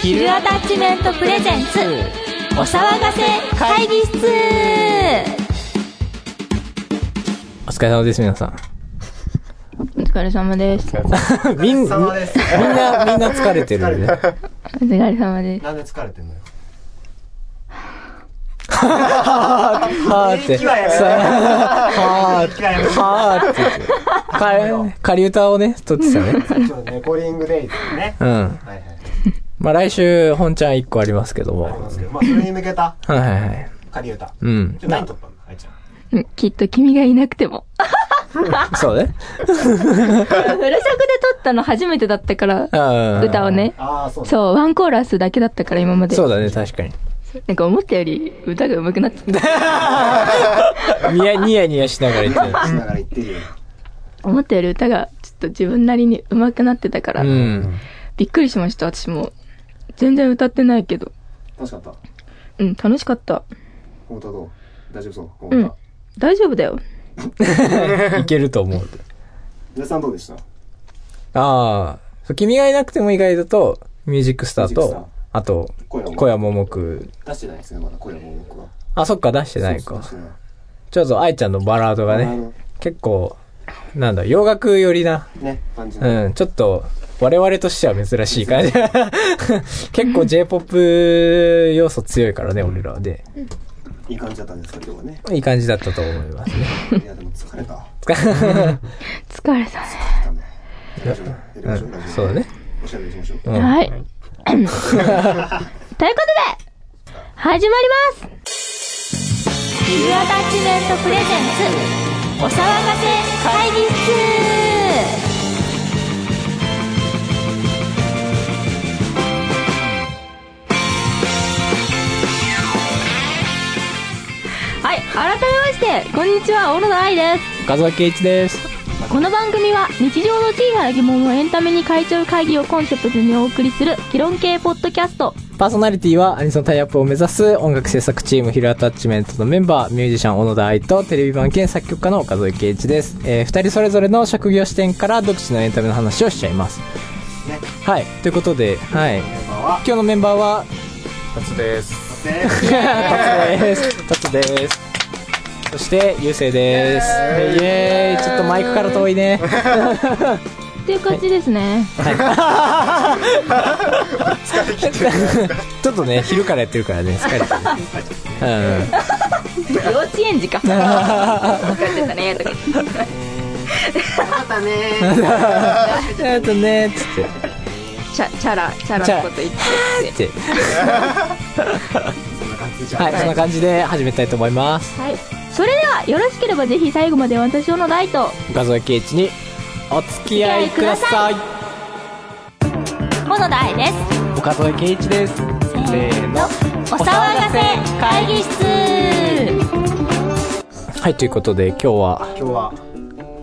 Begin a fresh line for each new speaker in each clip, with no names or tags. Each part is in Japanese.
ヒルアタッチメントプレゼンツお騒がせ会議室
お疲れ様です、皆さん。
お疲れ様です。
みん、みんな、
様です。
みんな疲れてるね。
お疲れ様です。
なんで疲れてんのよ。
はーって。
息はやめて
さはーって。
息はやめて
はーって言って。か仮歌をね、撮ってたね。
ちょっとレコーディングデイズね。
うん。
はいはい。
まあ来週、本ちゃん1個ありますけども。
あり
は
ますけど、まあそれに向けた
いはいはい。
仮歌。
うん
ち。ょ何撮ったのあいちゃん。
うんきっと君がいなくても。
そうね。
フル尺で撮ったの初めてだったから、
うん。
歌を。ね。
ああ、そうだ。
そう、ワンコーラスだけだったから今まで。
そうだね、確かに。
なんか思ったより歌が上手くなっちゃ った。
ニヤ、ニヤニヤしながら言って
しながら言っていいよ。
思ったより歌がちょっと自分なりに上手くなってたから、
る。うん。
びっくりしました、私も。全然歌ってないけど。
楽しかった。
うん、楽しかった。
本当はどう大丈夫そう。本
う
当
ん
は。
大丈夫だよ。
いけると思う。
皆さんどうでした
ああ。そう君がいなくても以外だと、ミュージックスター
ミュージック
と
ス、
あと、
声はもう
小屋ももく。
出してないですね、まだ声はもう僕は。
あ、そっか、出してない
そう
か
そ。う出してない
ちょっと愛ちゃんのバラードが
あ
ね
の、
結構、なんだ、洋楽寄りな、
ね、感じの。
うん、ちょっと、我々としては珍しい 感じ。結構 J-POP 要素強いからね、俺らはね。
いい感じだったんですか、今日はね。
いい感じだったと思いますね。
いや、でも疲れた。
疲れたね。
疲れたね。大丈夫。やりましょう、大丈夫。
そうだね。
おしゃべりしましょう。
うん
はい。ということで、始まります
ヒルアタッチメントプレゼンツお騒がせ会議室
はい、改めまして、こんにちは、小野田愛です。
岡沢圭一です。
この番組は日常の小さな疑問をエンタメに変えちゃう会議をコンセプトにお送りする議論系ポッドキャスト
パーソナリティはアニソンタイアップを目指す音楽制作チームヒルアタッチメントのメンバー、ミュージシャン小野田愛とテレビ版兼作曲家の岡添圭一です。えー二人それぞれの職業視点から独自のエンタメの話をしちゃいます。
ね。
はい。ということで、はい。
メンバーは、
今日のメンバーは、
で、
タ ツです。タツです。そして、ゆうせいです。イエーイちょっとマイクから遠いね。
っていう感じですね、
ちょっとね、昼からやってるからね、疲れ てる。うん。
幼稚園児か疲れてたねとか
えっとね、つって。
チャチャラチャラのこと言って
って。はい、そんな感じで始めたいと思います。
はいそれではよろしければぜひ最後まで私小野大と
画像圭一にお付き合いください。
小野田愛です
岡添圭一です。せー
お
の。
騒がせ会議室
はい、ということで今日は、
今日は、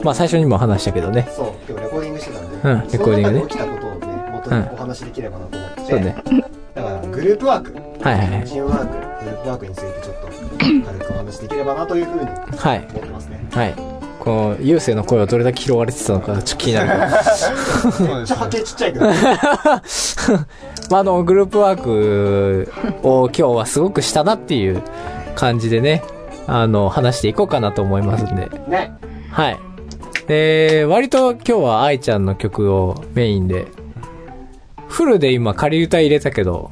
まあ最初にも話したけどね。
そう、今日レコーディングしてたんで、
うんレコーディングね
その中で起きたことをね、元にお話しできればなと思って、
そうね。
だからグループワーク、
はいはいはい。
チームワーク、グループワークについてちょっと軽くお話しできればなというふうに思
はい。
ってますね。
はい。この、優勢の声はどれだけ拾われてたのか、ちょっと気になるけど。
めっちゃ波形ちっちゃいけど、ね、
まあ、あの、グループワークを今日はすごくしたなっていう感じでね、あの、話していこうかなと思いますんで。はい。で、割と今日は愛ちゃんの曲をメインで、フルで今仮歌入れたけど、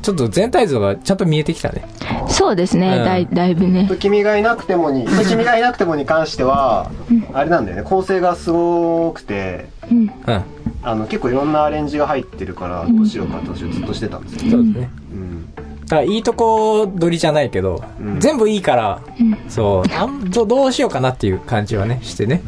ちょっと全体像がちゃんと見えてきたね。
そうですね、
うん
だいだいぶね
君がいなくてもに、君がいなくてもに関しては、あれなんだよね、構成がすごくて、
うん。
あの結構いろんなアレンジが入ってるから、どうしようかどうしようずっとしてたんですけど、
そうですね。
うん、
だからいいとこ取りじゃないけど、
うん
全部いいから、そうあんど、どうしようかなっていう感じはね、してね。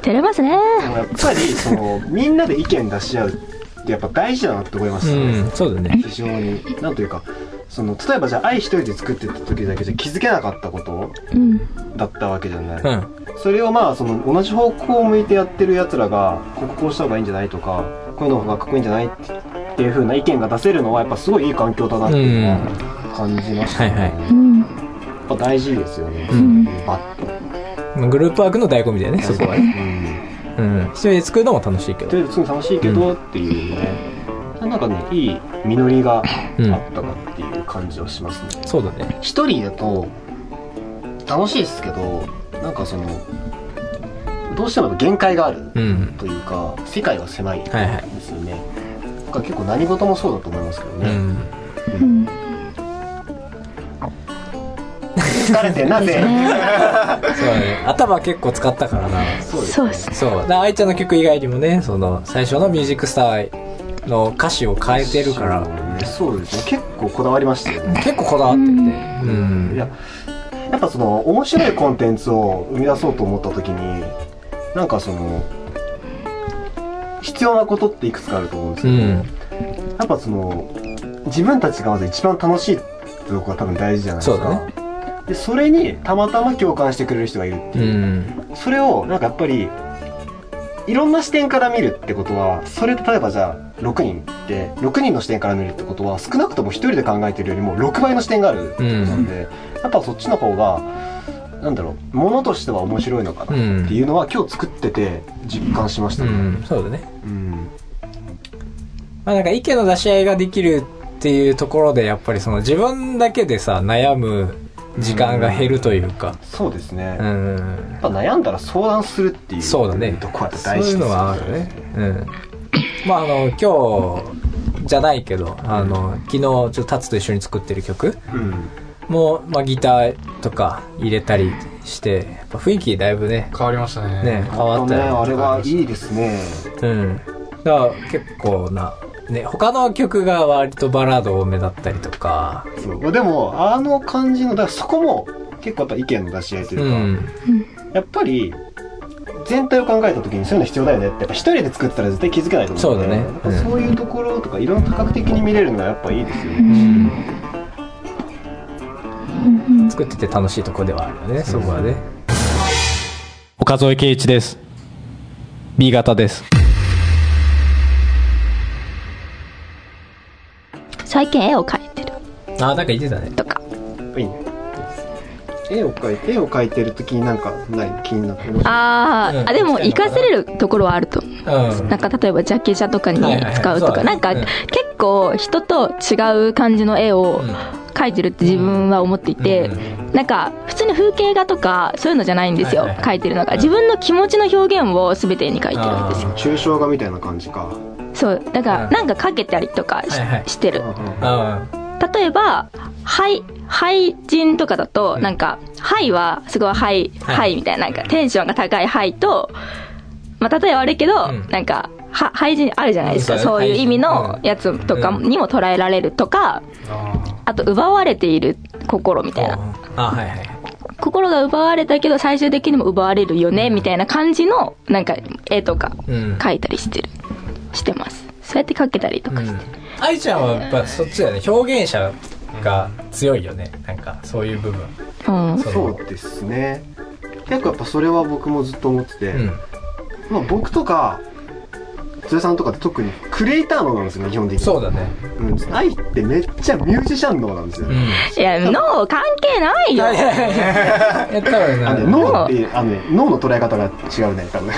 照れますね
でもやっぱりそのみんなで意見出し合うってやっぱ大事だなって思いま
う
したね。
ん、そうだね。
非常になんというかその例えばじゃあ愛一人で作ってた時だけじゃ気づけなかったこと
うん
だったわけじゃない、
うん。
それをまあその同じ方向を向いてやってる奴らがこここうした方がいいんじゃないとかこういうのがかっこいいんじゃないっていう風な意見が出せるのはやっぱすごいいい環境だなっていうのは感じましたね、
はい
や
は
うん
っぱ大事ですよね、
ん
バッと、
グループワークの醍醐味だよね、そこはね。
うん
うん。一人で作るのも楽しいけ
と
ど。
りあえずすぐ楽しいけどっていうね、なんかねいい実りがあ
うん
ったなっていう感じはしますね、
そうだね。
一人だと楽しいですけど
なんかそのどうしても限界がある
うん。
というか世界が狭いんで
はいはい。
すよね、なんか結構何事もそうだと思いますけど
う
ね、
ん。
疲れてなぜ、
そうだね。頭結構使ったからな。
そうです
そうっす
そう。だ愛ちゃんの曲以外にもね、その、最初のミュージックスターの歌詞を変えてるから、
そうですね結構こだわりましたよね
結構こだわってるね。う
い
ん。
ややっぱその面白いコンテンツを生み出そうと思った時になんかその必要なことっていくつかあると思うんです
う
けど、や
ん。
っぱその自分たちがまず一番楽しいってとこが多分大事じゃないですか
そう
でそれにたまたま共感してくれる人がいるって
う
いう、
ん。
それをなんかやっぱりいろんな視点から見るってことはそれ例えばじゃあ6人って6人の視点から見るってことは少なくとも1人で考えてるよりも6倍の視点があるってことなんで、やっぱそっちの方がなんだろうものとしては面白いのか
う
なってい
ん。
うのは今日作ってて実感しました
う
ね。
ん。そうだね。
うん
まあなんか意見の出し合いができるっていうところでやっぱりその自分だけでさ悩む時間が減るというか
そうですね、
う
やっ
ん
ぱ悩んだら相談するっていう
そうだね
とこは
そう
大
い
事です
う
よ
のはあるねうんまああの今日じゃないけどあの昨日ちょっとタツと一緒に作ってる曲
うん
も、まあ、ギターとか入れたりしてやっぱ雰囲気だいぶね
変わりましたね
ね変わった
ね
よ
あれはいいですね
うん。だから結構な、ね、他の曲が割とバラード多めだったりとか、
そうでもあの感じのだからそこも結構やっぱ意見の出し合いという
う
か、
ん。
やっぱり全体を考えた時にそういうの必要だよねってやっぱ一人で作ってたら絶対気づけないと思うん
そうだね
でやっぱそういうところとかいろんな多角的に見れるのがやっぱいいですよね、
作ってて楽しいとこではあるよね、そこはね。
岡添圭一です
B 型です。
最近絵を描いてる
あ、なんか言ってたね。
とか
いいね絵を描いて絵を描いてる時になんかない気になって
あ
う
ー
ん
あでも活かせれるところはあると思う
うん。
なんか例えばジャケ写とかに
はいはい
使うと
そ
か
うだね
なんか
うん
結構人と違う感じの絵を
うん
描いてるって自分は思っていてなんか普通に風景画とかそういうのじゃないんですよ
はいはいは
描いてるのが自分の気持ちの表現を全てに描いてるんですよ
あ
抽象画みたいな感じか
そうだか
う
ら
ん
なんか描けたりとかし,、
はいはい
てる
ー
例えば俳俳人とかだと、
うん
なんか「はい」はすごい「はい」「
はい
はい」みたいななんかテンションが高い「はい」とまあ例えば悪いけど、
うん
なんかは俳人あるじゃないですか
そ
そうう
だ
い
ね
う意味の
俳人
やつとか
うん
にも捉えられるとか、あと奪われている心みたいな
うん。あ、はいはい。
心が奪われたけど最終的にも奪われるよねみたいな感じのなんか絵とか
うん。
描いたりしてるしてますそうやって描けたりと
う
かして
ん。愛ちゃんはやっぱそっちだよね。表現者が強いよね。なんか、そういう部分。
うん、
そ
そ
の
うですね結構やっぱそれは僕もずっと思ってて、
うん。
まあ、僕とか津田さんとかって特にクリエイター脳なんですよね基本的に
そうだね。
うん、愛ってめっちゃミュージシャン脳なんですよ、
うん。
いや脳関係ないよ
いやいやいやいや多分
あ
な
のね脳っていうあのね脳の捉え方が違 うね多分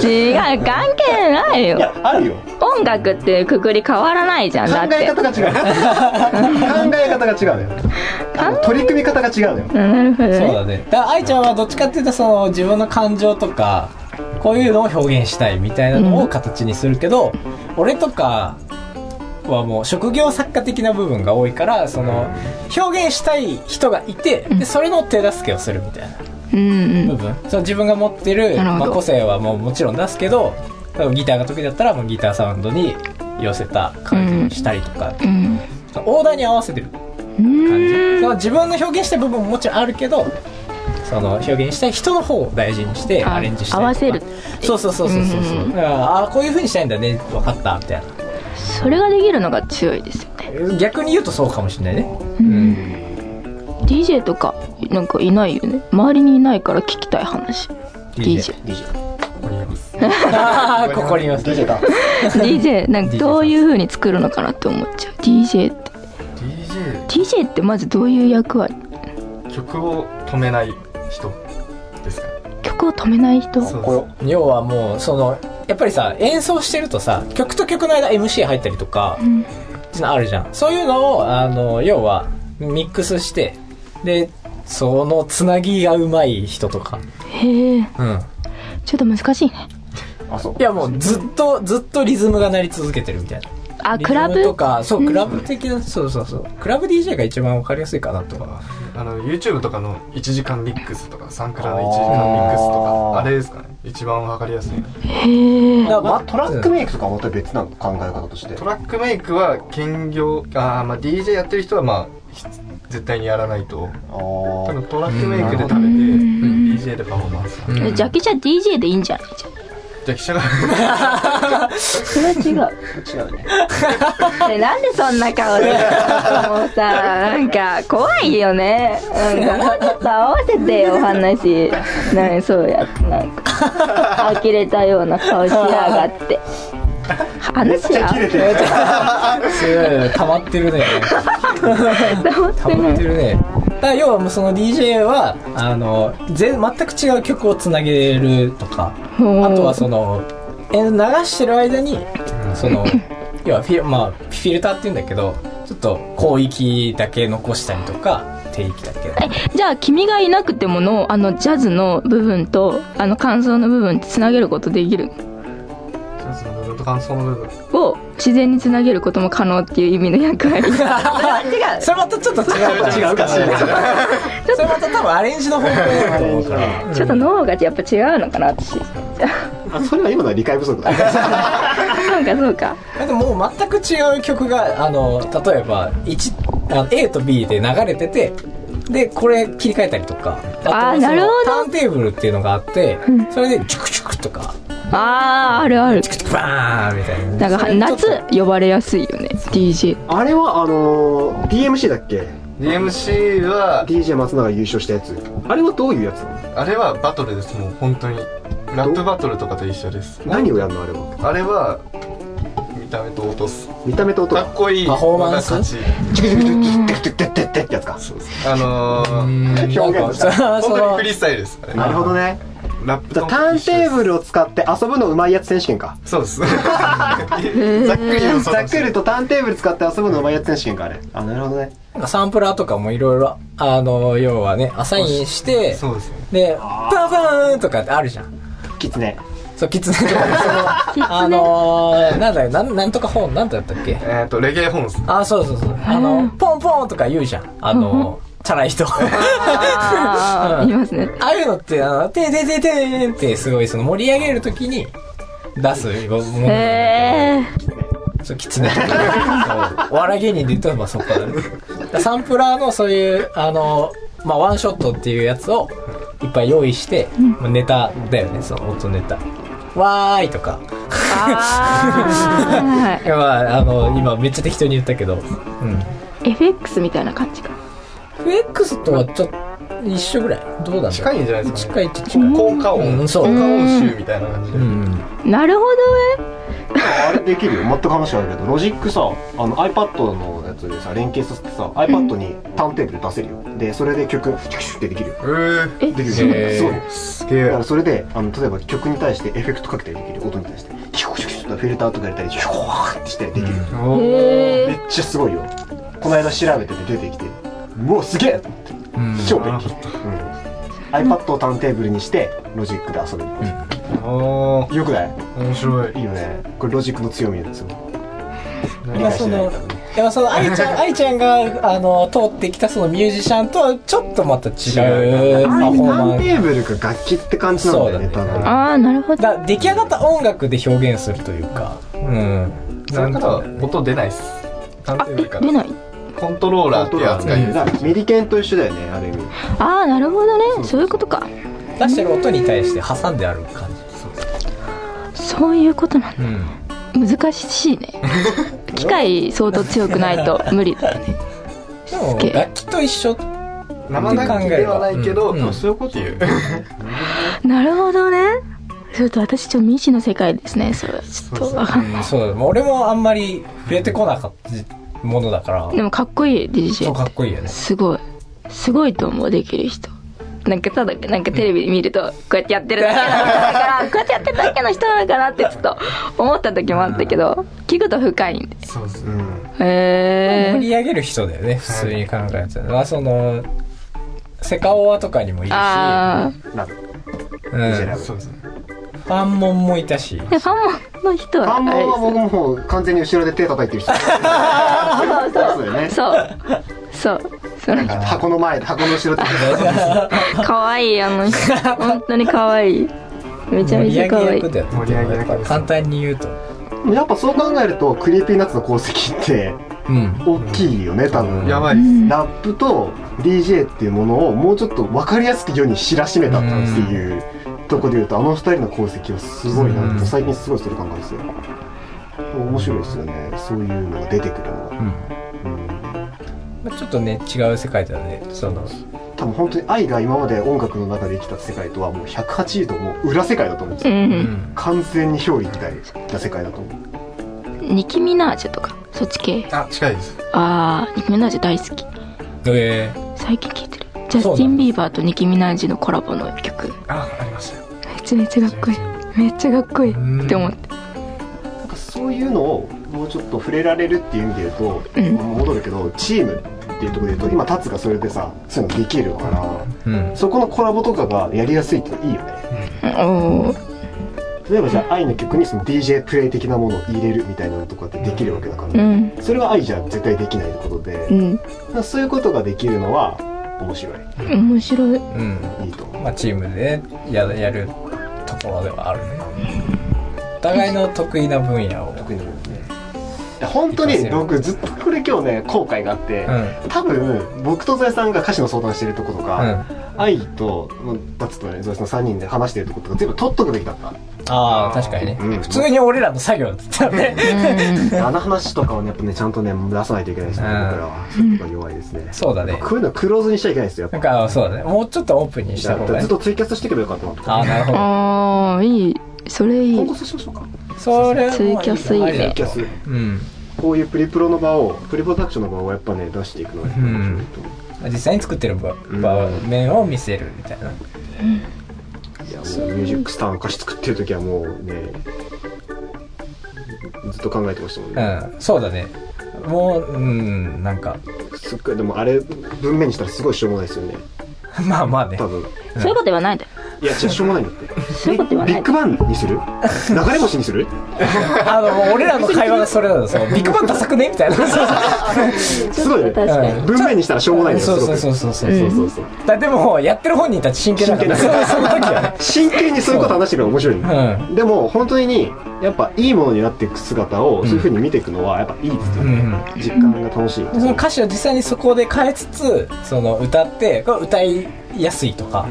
違う関係ない
い
よ
やあるよ
音楽ってくくり変わらないじゃん
考
だっ
え
て
方が違う考え方が違うのよあの取り組み方が違うのよ
うんなるほど
そう
ね
だね。だから愛ちゃんはどっちかっていうと、その自分の感情とか、こういうのを表現したいみたいなのを形にするけど、俺とかはもう職業作家的な部分が多いから、その、表現したい人がいて、で、それの手助けをするみたいな
うんう
部
ん
分。その自分が持ってる、
なるほ
ま
ど
あ個性はもうもちろん出すけど、例えばギターが得意だったらもうギターサウンドに寄せた感じにしたりとか、
うん
オーダーに合わせてる感じその自分の表現したい部分ももちろんあるけどその表現したい人の方を大事にして
あ
アレンジして
合わせる
そうそうそうそうそうそうだからあーこういう風にしたいんだね分かったみたい
それができるのが強いですよね
な逆に言うとそうかもしれないね
DJ とかなんかいないよね周りにいないから聞きたい話 DJ
DJ
あ ーここにいます
DJ か
DJ なんか
DJ
どういう風に作るのかなって思っちゃう DJ って
DJ
DJ ってまずどういう役割
曲を止めない人ですか
曲
曲を止めない人
そうそう要はもうそのやっぱりさ演奏してるとさ曲と曲の間 MC 入ったりとか、
ん
あるじゃんそういうのをあの要はミックスしてでそのつなぎがうまい人とか
へえ
うん
ちょっと難しいね
あそう
いやもうずっとずっとリズムが鳴り続けてるみたいな
あ
リ
ク
ズ
ラ
ム
ブ
とかそう
うん
クラブ的な、そうそうそうクラブ DJ が一番わかりやすいかなとか
あの YouTube とかの1時間ミックスとかサンクラの1時間ミックスとか
あー
あれですかね一番わかりやすい
へえ
だから
まあ、トラック
うん
メイクとかはまた別なの考え方として
トラックメイクは兼業あーまあ DJ やってる人はまあひ絶対にやらないと
あ
多分
ー
トラックメイクで食べて
うん
DJ でパフォーマンス
うん
じゃあけちゃ DJ でいいんじゃない
じゃあ記者が
それは違う。
違うね
ねなんでそんな顔で。もうさ、なんか怖いよね。なんかもうちょっと合わせてよ、お話。なんかそうやって、なんか。呆れたような顔しやがって。話は。
切れてる
すごい溜まってるね溜まってるねだから要はもうその DJ はあの全全く違う曲をつなげるとかあ
うん
とはそのえ流してる間にその要はフィ,、まあ、フィルターっていうんだけどちょっと広域だけ残したりとか低域だけ
えじゃあ君がいなくてものあのジャズの部分とあの感想の部分ってつなげることできる
その部分と感想の部分
を自然につなげることも可能っていう意味の役 割
違う。
それまたちょっと違うか ら
違うかし
それまた多分アレンジの方向だと思うから
ちょっと脳がやっぱ違うのかな私
あそれは今のは理解不足だ
そうかそうか
でももう全く違う曲があの例えば一あの A と B で流れててでこれ切り替えたりとかあとは
あー
その
なるほど
ターンテーブルっていうのがあって、それでチュクチュクとか
あああるある
チュクチュクバーンみた
だ
いな
なん
か
から夏呼ばれやすいよね DJ
あれはあのー DMC だっけ
DMC は
DJ 松永優勝したやつあれはどういうやつ
あれはバトルですもう本当にラップバトルとかと一緒です
何をやるのあれは
あれは見た目と落とす
見た目と音
か
が
っこいい
パフォーマンス
のが勝ち
チクチクチクチクチクチクチクチクチクってやつか
そうですあのー、
表現として
なんかそ
本当に
の
フリースタイルですあれ
なるほどね
ラッ
じ
プと
ゃあターンテーブ
ル
ルを使って遊ぶのうまいやつ選手権か
そうですざっくりの
ざっくりとターンテーブル使って遊ぶのうまいやつ選手権かあれあなるほどね
なんかサンプラーとかもいろいろあの要はねアサインして
そうですね
でバンバンとかってあるじゃん
キツネ
そうキツネとかねそのあのーなんだよなんなんとか本なんだったっけ
えっ、とレゲエホーンス
あそうそうそうあのポンポンとか言うじゃんあのチャラい人
あ
う
ー
ん
いますね
ああいうのってあの「てんてんてんてん」ってすごいその盛り上げるときに出すもの
へえ
そうキツネとかそうお笑い芸人で言ったらまあそこだねだからサンプラーのそういうあのまあワンショットっていうやつをいっぱい用意して、まあネタだよねその音ネタ「わーい」とか
あ
いやまああの今めっちゃ適当に言ったけどうん
ー FX みたいな感じか
FX とはちょっと一緒ぐらいどうだろう
近いんじゃないですか、ね、
近いっちゃ近い
効果音、
うんそう
効果音集みたいな感じで、
うん
なるほどね
あれできるよ全く話があるけどロジックさあの iPad のやつでさ連携させてさ iPad にターンテーブル出せるよでそれで曲チュクチュクってできるよ
えー、
え
でき
そう
るよそう
すげ
だか
え
らそれであの例えば曲に対してエフェクトかけたりできる音に対してチュクチュクチュクとフィルターとか入れたりチュクワーってしてできるよ
お
めっちゃすごいよこの間調べてて出てきてうわすげえと思って超便利、うん iPad をターンテーブルにしてロジックで遊べる、
お
よくない
面白い
いいよねこれロジックの強みなんですよ
いやそのいやその愛ち ゃん愛ちゃんがあの通ってきたそのミュージシャンとはちょっとまた違う
タ
パフォーマ
ーン
ンス
テーブルか楽器って感じなんだよね
そうだね
多分
ああなるほど
だ出来上がった音楽で表現するというかうん
なんか音出ないっすなんていうか
出ない
コントローラーっていう扱いです
だからメリケンと一緒だよねある意味
ああなるほどねそういうことか
出してる音に対して挟んである感
そういうことなん
じうん
だ難しいね機械相当強くないと無理だよね
でも
げえ
楽器と一緒
生楽器ではないけど、
うんうん
そういうこと言う
なるほどねちょっと私ちょっと未知の世界ですねそれはちょっとわかんない
そうだ俺もあんまり触れてこなかったものだから
でもかっこいい
そ
DJ
うか
っ
ってこいいよね
すごいすごいと思うできる人なんかただなんかテレビで見るとこうやってやってるだけの人だ からこうやってやってるだけの人なのかなってちょっと思った時もあったけど聞くと深いんで
そうですね
へ
盛
え
り上げる人だよね普通に考えたら、まあそのセカオワとかにもいるし、
ああ
なんか
うん
ミゼラブル
そうですね
ファンモンもいたし
ファンモンの人は
あんま
あれです
は僕ももう完全に後ろで手叩いてる人そうそうよね
そうそうその
箱の前で箱の後ろで
可愛いあの人 本当に可愛いめちゃめ
盛り
ちゃ
上げ
可愛い
役だよね
盛り上げ役ですね
簡単に言うと
やっぱそう考えるとクリーピーナッツの功績って
うん
大きいよね多分
やばいです
ラップと DJ っていうものをもうちょっと分かりやすく世に知らしめたっていうとこで言うとあの二人の功績はすごいなって最近すごいそれ考えですよ面白いですよねそういうのが出てくる
う
のが、
んまあちょっとね違う世界だよねその
多分本当に愛が今まで音楽の中で生きた世界とはもう180度もう裏世界だと思うんです
う
よ
ん
完全に表裏一体な世界だと思う
ニキミナージュとかそっち系
あ近いです
ああニキミナージュ大好き
え
最近聴いてるジャスティン・ビーバーとニキ・ミナージュのコラボの曲
あありましたよ
めちゃめちゃかっこいいめっちゃかっこいい
うん
って思って
なんかそういうのをもうちょっと触れられるっていう意味で言うと、
うん
戻るけどチームっていうところで言うと今タツがそれでさそういうのできるのかな
ーうん
そこのコラボとかがやりやすいっていいよね
おー
例えばじゃあ愛の曲にその DJ プレイ的なものを入れるみたいなのとかってできるわけだか
う
ら、
ん
それは愛じゃ絶対できないことで、
うん
だからそういうことができるのは面白い
面白い
うん
いいと思う
まあチームでねややるところではあるねお互いの得意な分野を
得意なものねで本当に僕ずっとこれ今日ね後悔があって、
うん
多分僕とゾエさんが歌詞の相談してるとこと
う
か、
ん
愛とダツとねゾエさんの3人で話してるとことか全部取っとくべきだった
ああ確かにね、
うん
普通に俺らの作業だったね
あの話とかをねやっぱねちゃんとね出さないといけないですね僕らはそういうとこ弱いですね
そうだね
こういうのクローズにしちゃいけないですよやっ
なん
ぱ
かそうだねもうちょっとオープンにした方が
ず
ね
っとツイキャスしていけばよかったなと
ああなる ほど
ああいいそれい
今
い
後そうしましょうか
それはもう
ツイキャスいいね
あり
ツ
だ
イキャス
うん
こういうプリプロの場をプリプロダクションの場をやっぱね出していくのがやっぱ面白いと思う
実際に作ってる場
うん
場面を見せるみたいな、
いやもうミュージックスターの歌詞作ってる時はもうねずっと考えてましたもんね、
うん、そうだねもううんなんか
すっごいでもあれ文面にしたらすごいしょうもないですよね
まあまあね
多分
そういうこと言わないで
いや違うしょうもないんだって
そういうこと言わ
ビ
ない
ッグ
で
バンにする流れ星にする
あのもう俺らの会話がそれなのそうビッグバンダサくねみ たいなそうそう
すごいね
確かに
文面にしたらしょうもないんだ
そ
よ
う
すご
そう
く
そうそうそう
そうそうそう
だでもやってる本人たち真剣だから
真剣
そ
だ
うその時は ね
真剣にそういうこと話してるのが面白いの
う
でも本当にやっぱいいものになっていく姿をそういうふうに見ていくのはやっぱいいですよ
ん、う
ね、
ん
実感が楽しい、
うん、その歌詞を実際にそこで変えつつその歌ってこれ歌いやすいとか、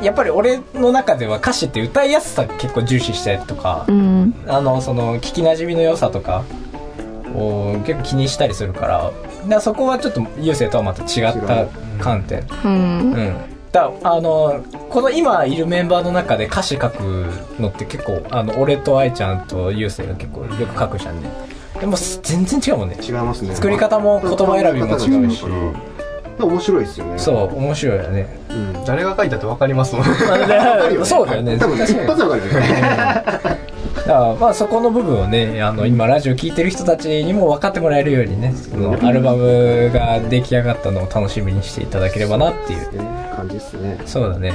やっぱり俺の中では歌詞って歌いやすさ結構重視したりとか
う、ん
あのその聞きなじみの良さとかを結構気にしたりするからだからそこはちょっと優勢とはまた違った観点
うん
うん、だあのこの今いるメンバーの中で歌詞書くのって結構あの俺と愛ちゃんとゆうせいが結構よく書くじゃんねでもす全然違うもんね
違いますね
作り方も言葉選びも違うし
でも面白いですよね
そう面白いよね
う、ん、
誰が書いたってわかりますも ん
あのね
ね
そうだよね
多分一発でわかるよね
だからまあそこの部分をねあの今ラジオ聴いてる人たちにも分かってもらえるようにねそのアルバムが出来上がったのを楽しみにしていただければなっていう
感じですね
そうだね、
い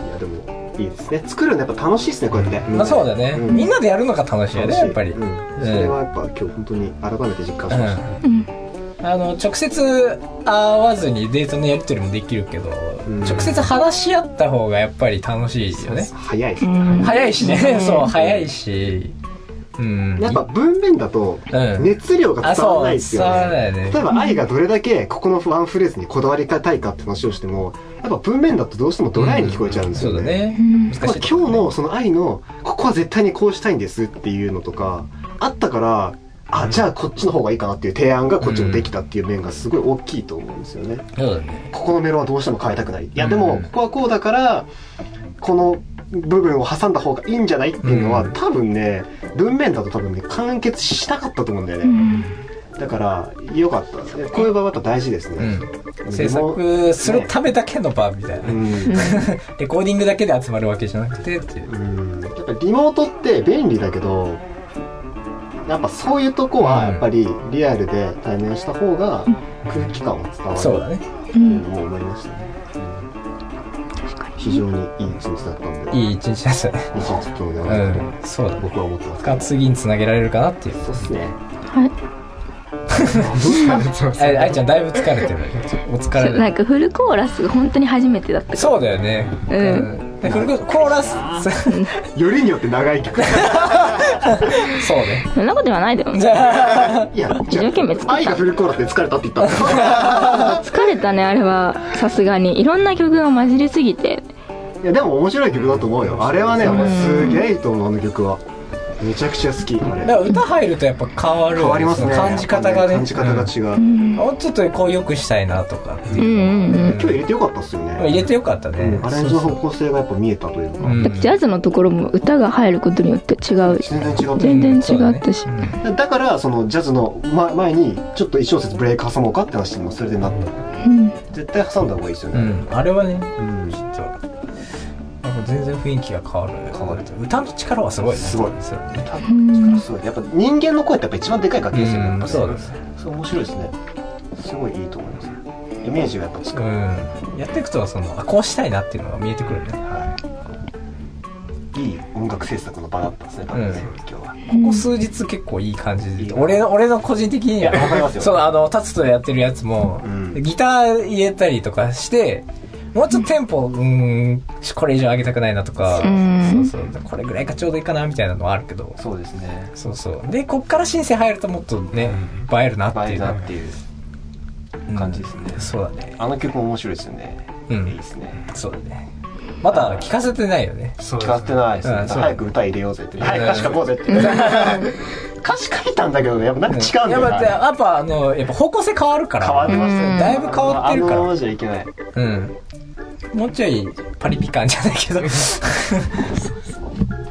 やでもいいですね作るのやっぱ楽しいですねこうやって、
まあ、そうだね、
うん
みんなでやるのが楽しいよ
楽
ね
しい
やっぱり、
うんそれはやっぱ今日本当に改めて実感しました、ね
あの直接会わずにデートのやり取りもできるけど、
うん
直接話し合った方がやっぱり楽しいよね
早いです、
早いしね そう早いしうん
やっぱ文面だと
うん
熱量が伝わらないですよ
あそう伝わらない
ね,、
よね
例えば愛がどれだけここのワンフレーズにこだわりたいかって話をしてもやっぱ文面だとどうしてもドライに聞こえちゃうんです
そ
よ
うだ
ね、
ね
ま
難
あ
しい
今日のその愛のここは絶対にこうしたいんですっていうのとかあったからあじゃあこっちの方がいいかなっていう提案がこっちもできたっていう面がすごい大きいと思うんですよね、
そうだね
ここのメロはどうしても変えたくないいやで
う
も
ん
ここはこうだからこの部分を挟んだ方がいいんじゃないっていうのは、
うん
多分ね文面だと多分ね完結したかったと思うんだよね、だから良かったですねこういう場はまた大事ですね、
うん、制作するためだけの場みたいな、
うん
レコーディングだけで集まるわけじゃなくてっていう
うんやっぱリモートって便利だけどやっぱそういうとこはやっぱりリアルで対面した方が空気感は伝わる
そうだね
うんもう思いましたね、うん非常にいい一日だったんでい
いい一日だったね
一日今日で
う
はなく
んそうだね
僕は思ってます
が次につなげられるかなっていう
そうっすね
ああいちゃんだいぶ疲れてるお疲れ
なんかフルコーラス本当に初めてだったから
そうだよね
うん
んでフルココーラス
よりによって長い曲
そうね
そんなことではないだよ
じゃあ
いや
一生懸命作った
愛がフルコーラスで疲れたって言ったんだ
疲れたねあれはさすがにいろんな曲が混じりすぎて
いやでも面白い曲だと思うよあれはね俺すげえいいと思うあの曲はめちゃくちゃ好きあ
だから
れ
歌入るとやっぱ変わるよね
変わりますね
その感じ方がね
感じ方が
うん
違う、
もうちょっとこう良くしたいなとかって
うん
いう
うんうん
今日入れてよかったっすよね
入れてよかったね、
うんアレンジの方向性がやっぱ見えたというか、
うん
だってジャズのところも歌が入ることによって違うし
全然違うと
全然違ったし、
だからそのジャズのま前にちょっと一小節ブレイク挟もうかって話にもそれでなった、
うん
絶対挟んだ方がいいですよ
う
ね、
んあれはね
うん
ちょっとなんか全然雰囲気が変わる変わる歌の力はすごいね
すごい
そうね
多分すごいやっぱ人間の声ってやっぱ一番でかい楽器ですよね、
うんそうです
そう面白いですねすごいいいと思いますイメージがやっぱつ
う
く、
んやっていくとそのあこうしたいなっていうのが見えてくるね
はいいい音楽制作の場だったんですね多
う
分ね、
ん
今日は
ここ数日結構いい感じで、
うん
俺の俺の個人的には
わかります よ
そうあのタツとやってるやつも、
うん
ギター入れたりとかしてもうちょっとテンポうーんこれ以上上げたくないなとか、
うん
そうそうこれぐらいがちょうどいいかなみたいなのはあるけど
そうですね
そうそうでこっからシンセ入るともっとね、映えるなって
映
い
え
う
だっていう
うん
感じですね
そうだね
あの曲も面白いですよね、
うん
いいですね
そうだねまだ聞かせてないよね
そう
聞かせてないですね、
うんそう
早く歌入れようぜって早く歌詞書こうぜって 歌詞書いたんだけどやっぱなんか違うんだ
や
よ
っ
な
ぱやっぱあのやっぱ方向性変わるから
変わってますよ
だいぶ変わってるか
あのま
ら
まじゃいけない
うんもうちょいパリピ感じゃないけど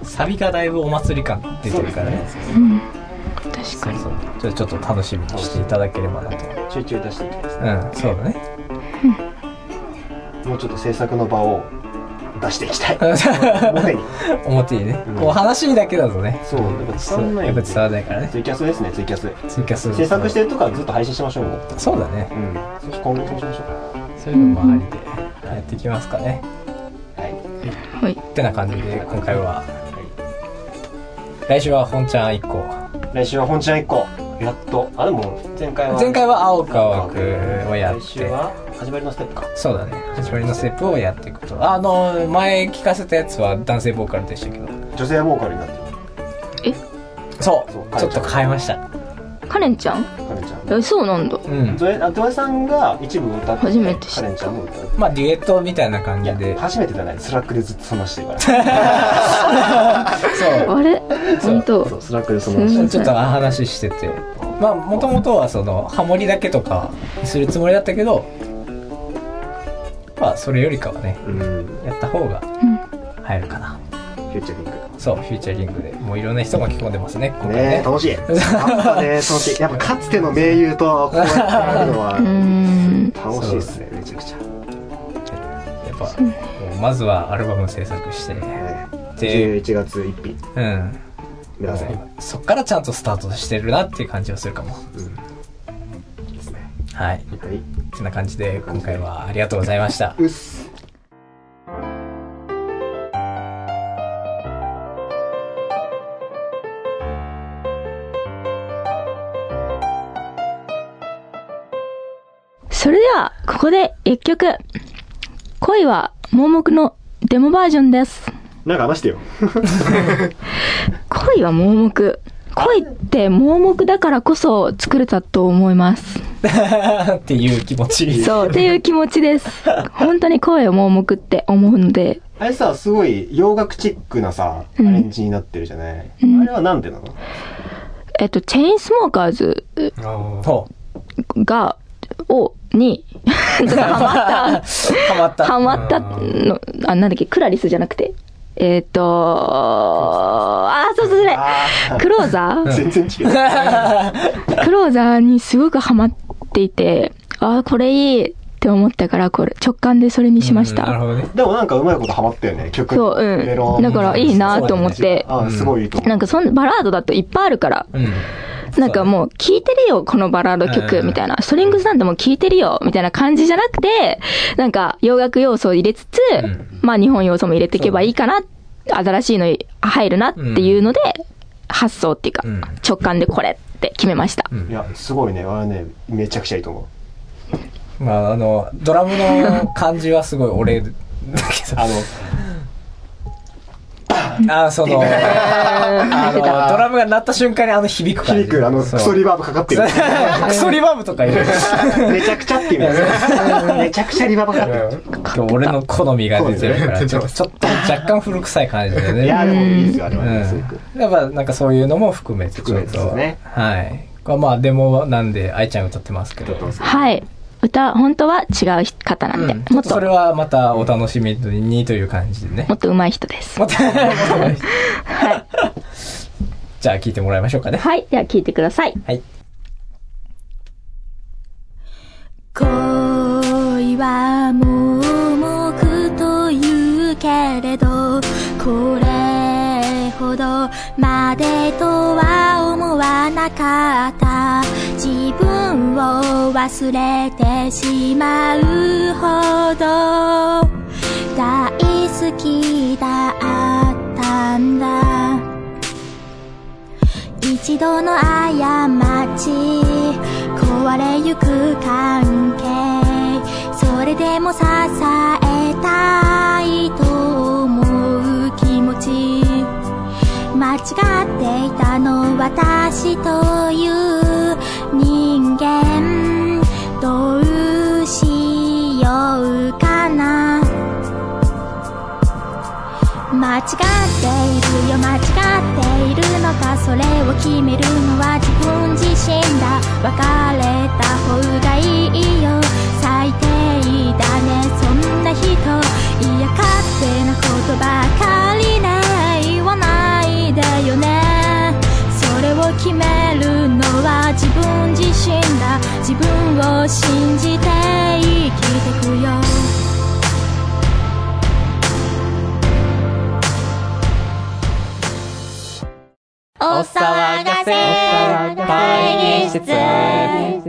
サビがだいぶお祭り感出てるからね
確
そ
か
う
に
そうちょちょっと楽しみにしていただければなと
ちょいちょい出していきます
うんそうだね
もうちょっと制作の場を出していき たい表に
表にね、
うん
こう話だけだとね
そうやっぱ伝わんない
やっぱ伝わらないからね
ツイキャスですねツイキャス
追加する
制作してるとかずっと配信しましょうもう
そうだね
うんそして今後そうしましょ
そういうのもありでやっていきますかね
うはい
ってな感じで今回は来週は本ちゃん1個
来週は本ちゃん1個やっとあでも前回は
前回は青川くんをやっ
来週
て
は始まりのステップか
そうだね始まりのステップをやっていくとあの前聞かせたやつは男性ボーカルでしたけど
女性ボーカルになってる
そう
そう
ちょっと変えました
カレンちゃん
カレンちゃん
えそうなんだ
うん
ゾエあゾエさんが一部歌って
初めて知った
カレンちゃんも歌う
まあデュエットみたいな感
い
じ
や
で
初めてじゃないスラックでずっとそんなしてるから
そう
あれ本
そ
当
うスラックでそんなしてる
ちょっと話しててまあもともとはそのハモリだけとかするつもりだったけどまあそれよりかはね
うんフ
やった方が入るかな、
ューチャリング
そう、フューチャリングで、もういろんな人が着込んでますね、今回
ねえ
ね。
楽しいやっぱね楽しいやっぱかつての盟友とこうやってやるの
う
は
ん
楽しいっすねめちゃくちゃ
やっぱ、もうまずはアルバム制作して、
ね
で
11月1日
うん。
目指せ
そっからちゃんとスタートしてるなっていう感じはするかも。
ですね
はい。
はい
そんな感じで、今回はありがとうございました。
うっす
それではここで一曲恋は盲目のデモバージョンです
なんか話してよ
恋は盲目恋って盲目だからこそ作れたと思います
っていう気持ち。
そうっていう気持ちです本当に恋は盲目って思うので
あれさすごい洋楽チックなさア
うん
レンジになってるじゃないあれはなんでなの
えっとチェインスモーカーズ
ああ
ほう。
がをにちょっとハマった
ハマった。
ハマったの、あ、なんだっけ、クラリスじゃなくて。えっ、とあー、そうそう、それ。クローザー
全然違 う。
クローザーにすごくハマっていて、ああ、これいいって思ったから、これ、直感でそれにしまし
なる
た。
ほどね。
でもなんかうまいことハマったよね、曲に
そう、
メロ
う
ン
ん。だから、いいなと思って。
あすごいいいと思う。
なんかそんバラードだといっぱいあるから、
うん。
なんかもう聞いてるよ、このバラード
う
曲、
ん
みたいな。ストリングスなんてもう聞いてるよ、みたいな感じじゃなくて、なんか洋楽要素を入れつつ、
ん
まあ日本要素も入れていけばいいかな、新しいの入るなっていうので、発想っていうか、
うん
直感でこれって決めました。
いや、すごいね。あれね、めちゃくちゃいいと思う。
まあ、あの、ドラムの感じはすごい俺だけど。
あの、
あー、その、あの、ドラムが鳴った瞬間にあの響く感じ。
響く、あの、
そう
クソリバーブかかってる。
クソリバーブとかいる。
めちゃくちゃっていう 意味ですね。めちゃくちゃリバーブかかってる。
俺の好みが出てるから、
そう
ちょっとちょっと若干古臭い感じでね。
いや、でもいいですよ、あれはね。すごく
うん、やっぱなんかそういうのも含めてちょっ
含めてで
と、
すね
はいまあデモなんで愛ちゃん歌ってますけど、
はい。歌、本当は違う方なんで、
うん、ちょ
もっ
っと
と、
それはまたお楽しみにという感じで ね
もっと上手い人です。
また じゃあ聞いてもらいましょうかね
はい。では聞いてください。
はい
恋は盲目と言うけれどこれほどまでとは思わなかった自分を忘れてしまうほど大好きだったんだ一度の過ち壊れゆく関係それでも支えたいと思う気持ち間違っていたの私という人間どうしようかな間違っているよ間違っているのかそれを決めるのは自分自身だ別れた方がいいよ最低だねそんな人いや勝手なことばかりね言わないでよねそれを決めるのは自分自身だ自分を信じて生きてくよお騒がせ会議室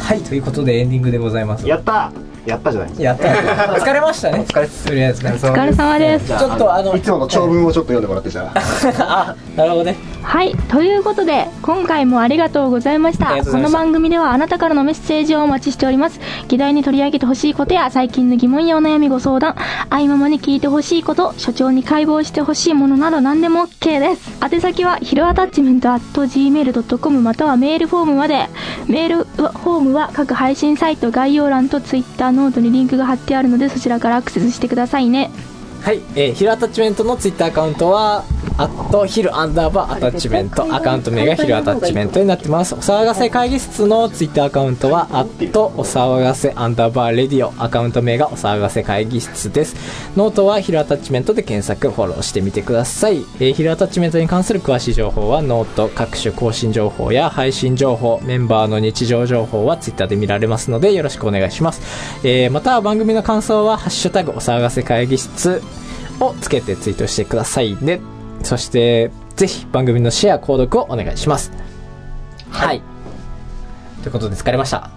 はいということでエンディングでございます
やったやったじゃない
や った疲れましたね疲れとりあえずね
お疲れ様です。
じゃ
ちょっとあの
いつもの長文をちょっと読んでもらっ てじゃあ。
あなるほどね
はい。ということで、今回もありがとうございまし
あ
た。
りがと
こ
うございま
の
した
番組ではあなたからのメッセージをお待ちしております。議題に取り上げてほしいことや、最近の疑問やお悩みご相談、あいままに聞いてほしいこと、所長に解剖してほしいものなど何でも OK です。宛先は、ひろアタッチメント at gmail.com またはメールフォームまで。メールフォームは各配信サイト概要欄と Twitter ノートにリンクが貼ってあるので、そちらからアクセスしてくださいね。
はい、えー、ヒルアタッチメントのツイッターアカウントは、アットヒルアンダーバーアタッチメント、アカウント名がヒルアタッチメントになってます。お騒がせ会議室のツイッターアカウントは、アットお騒がせアンダーバーレディオ、アカウント名がお騒がせ会議室です。ノートはヒルアタッチメントで検索、フォローしてみてください。えー、ヒルアタッチメントに関する詳しい情報は、ノート各種更新情報や配信情報、メンバーの日常情報はツイッターで見られますので、よろしくお願いします。えー、また番組の感想は、ハッシュタグお騒がせ会議室、をつけてツイートしてくださいね。そして、ぜひ番組のシェア、購読をお願いします。はい。ということで疲れました。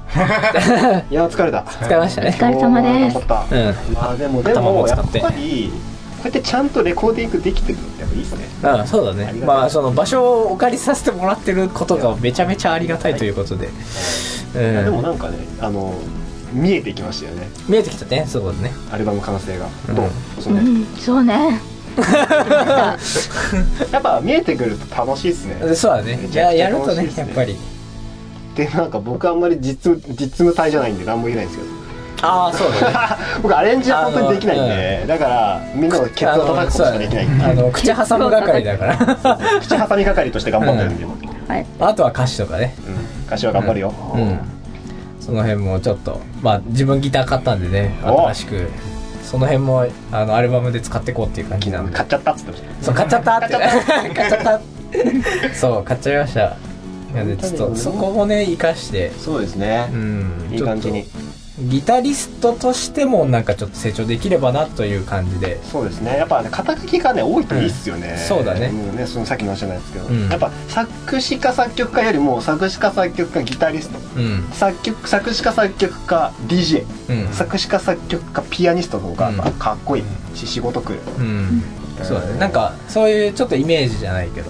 いや、疲れた。
疲れましたね。
お疲れ様です
頑張った
うん。
まあでも、で
頭も
も、
使
や
って
っぱり、こうやってちゃんとレコーディングできてるのってやっぱいいですね。
うん、そうだ
あ
ね
り。がとう
まあ、その場所をお借りさせてもらってることがめちゃめちゃありがたいということで。
いやで
う
も
ん。
なんかね、あの、見えてきましたよね。
見えてきたね、そうだね。
アルバム完成が。
うん
どうその
うん、そうね。
やっぱ見えてくると楽しいですね。
でそうだね。
め
い
ち
や、
ゃくち
や
ゃ
ると
楽しい
ね
で、す
や
ね
っぱり。
で、なんか僕あんまり実務、実務隊じゃないんで何も言えないんですけ ど。
ああ、そうだね。
僕アレンジは本当にできないんで、だからみんなのケツ を叩くことしかできないって
あ
いう
の、口挟む係だから。
口挟み係として頑張ってるんで、
はい
あとは歌詞とかね
うん歌詞は頑張るよ。
うんその辺もちょっとまあ自分ギター買ったんでね
お
新しくその辺もあのアルバムで使っていこうっていう感じなんで
買っちゃったっつってまし
そう買っちゃったって 買っちゃったそう買っちゃいましたなんでちょっとそこをね生かして
た。そうですね
う。ん
いい感じに
ちょ。っとギタリストとしてもなんかちょっと成長できればなという感じで
そうですねやっぱね肩書きがね多いといいっすよね、
んそうだね
んねそのさっきの話じゃないですけど、
うん
やっぱ作詞家作曲家よりも作詞家作曲家ギタリスト
うん
作曲作詞家作曲家 DJ、
うん
作詞家作曲家ピアニストの方が
うん
やっぱかっこいいし仕事来る、
うんそうだねなんかそういうちょっとイメージじゃないけど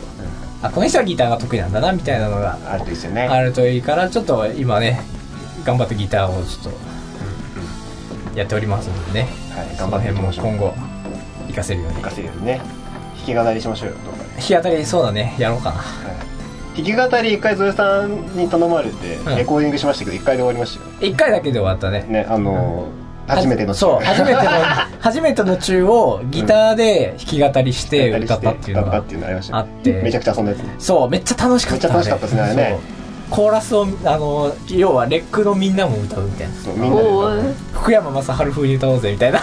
あこの人はギターが得意なんだなみたいなのが
あるといいですよね
あるといいからちょっと今ね頑張ってギターをちょっとやっておりますのでね
はい
そ
頑
の
張ってい
辺
き
も
ましょう
今後活かせるように
活かせるようにね弾き語りしましょうよどうかね
日当たりそうだねやろうかな
弾き語り一回ゾエさんに頼まれて
ん
レコーディングしましたけど一回で終わりましたよ
一回だけで終わったね
ねあのー初めての
そう初めての初めての中をギターで弾き語りして歌ったっていうの
歌っ
が
たっていうのありました
あ
よ
って
めちゃくちゃ遊んだやつね
そうめっちゃ楽しかったね
めっちゃ楽しかったですねあれね
そうコーラスをあの要はレックのみんなも歌うみたいな
そうみんなで
おー
福山雅治風に歌おうぜみたいな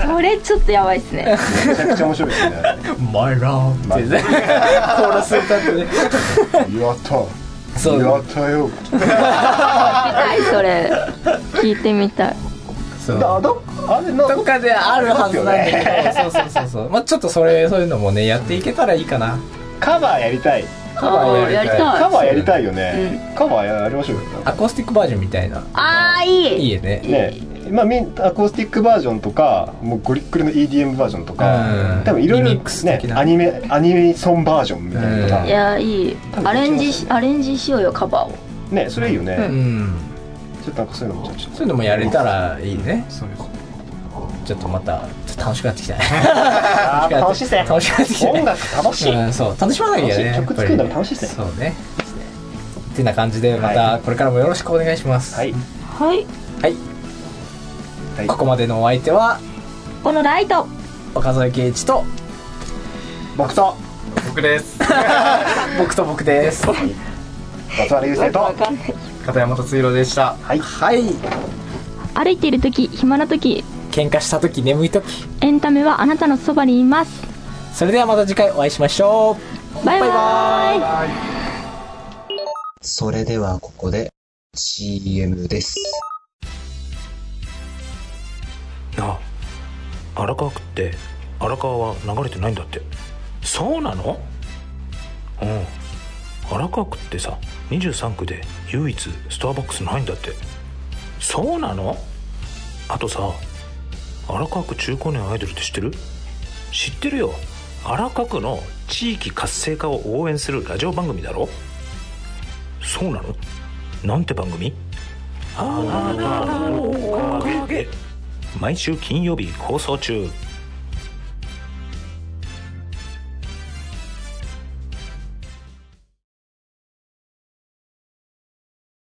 それちょっとやばいっ すね
めちゃくちゃ面白いですねあれね
「マイラー」ってねコーラス歌ってね
やった
そう
やったよ
はいそれ聞いてみたい
そう
だどあれな
どっかであるはずなんだけど、そうそうそうそう。まあちょっとそれそういうのもねやっていけたらいいかな。
カバーやりたい
カバーやりたい
カバーやりたいよねカバーやりましょうよ
アコースティックバージョンみたいな。
あーいい
いいよね。
ねまあみんアコースティックバージョンとかもうゴリックリの EDM バージョンとか
うん
多分いろいろ
リミックス
ね
的な
アニメアニメソンバージョンみたいな
う
の
ん
い
が
やいいアレンジしアレンジしようよカバーを
ねそれいいよ
う
ね
ん。
ちょっとなんかそういうのもちょっ
そういうのもやれたらいいね。
そうです
ちょっとまたちょっと楽しくなってきたね。
と楽しいっすね
楽しくなってきたね。
音楽楽しい
うん、そう楽しまなきゃね。
楽しい曲作るのも楽しいっすね
やっぱりそうね。ってな感じでまたこれからもよろしくお願いします。
はい
はい
はい。
はい
ここまでのお相手は
このライト
岡添圭一と
僕と
僕です
僕と僕です。
松原優生と
わかんない
片山達弘でした
はい
はい。
歩いている時暇な時
喧嘩した時眠い時。
エンタメはあなたのそばにいます
それではまた次回お会いしましょう。
バイバイ
それではここで CM です。
あ荒川区って荒川は流れてないんだってそうなのうん荒川区ってさ23区で唯一スターバックスないんだってそうなのあとさ荒川区中高年アイドルって知ってる知ってるよ荒川区の地域活性化を応援するラジオ番組だろそうなのなんて番組あなたのおかげ毎週金曜日放送中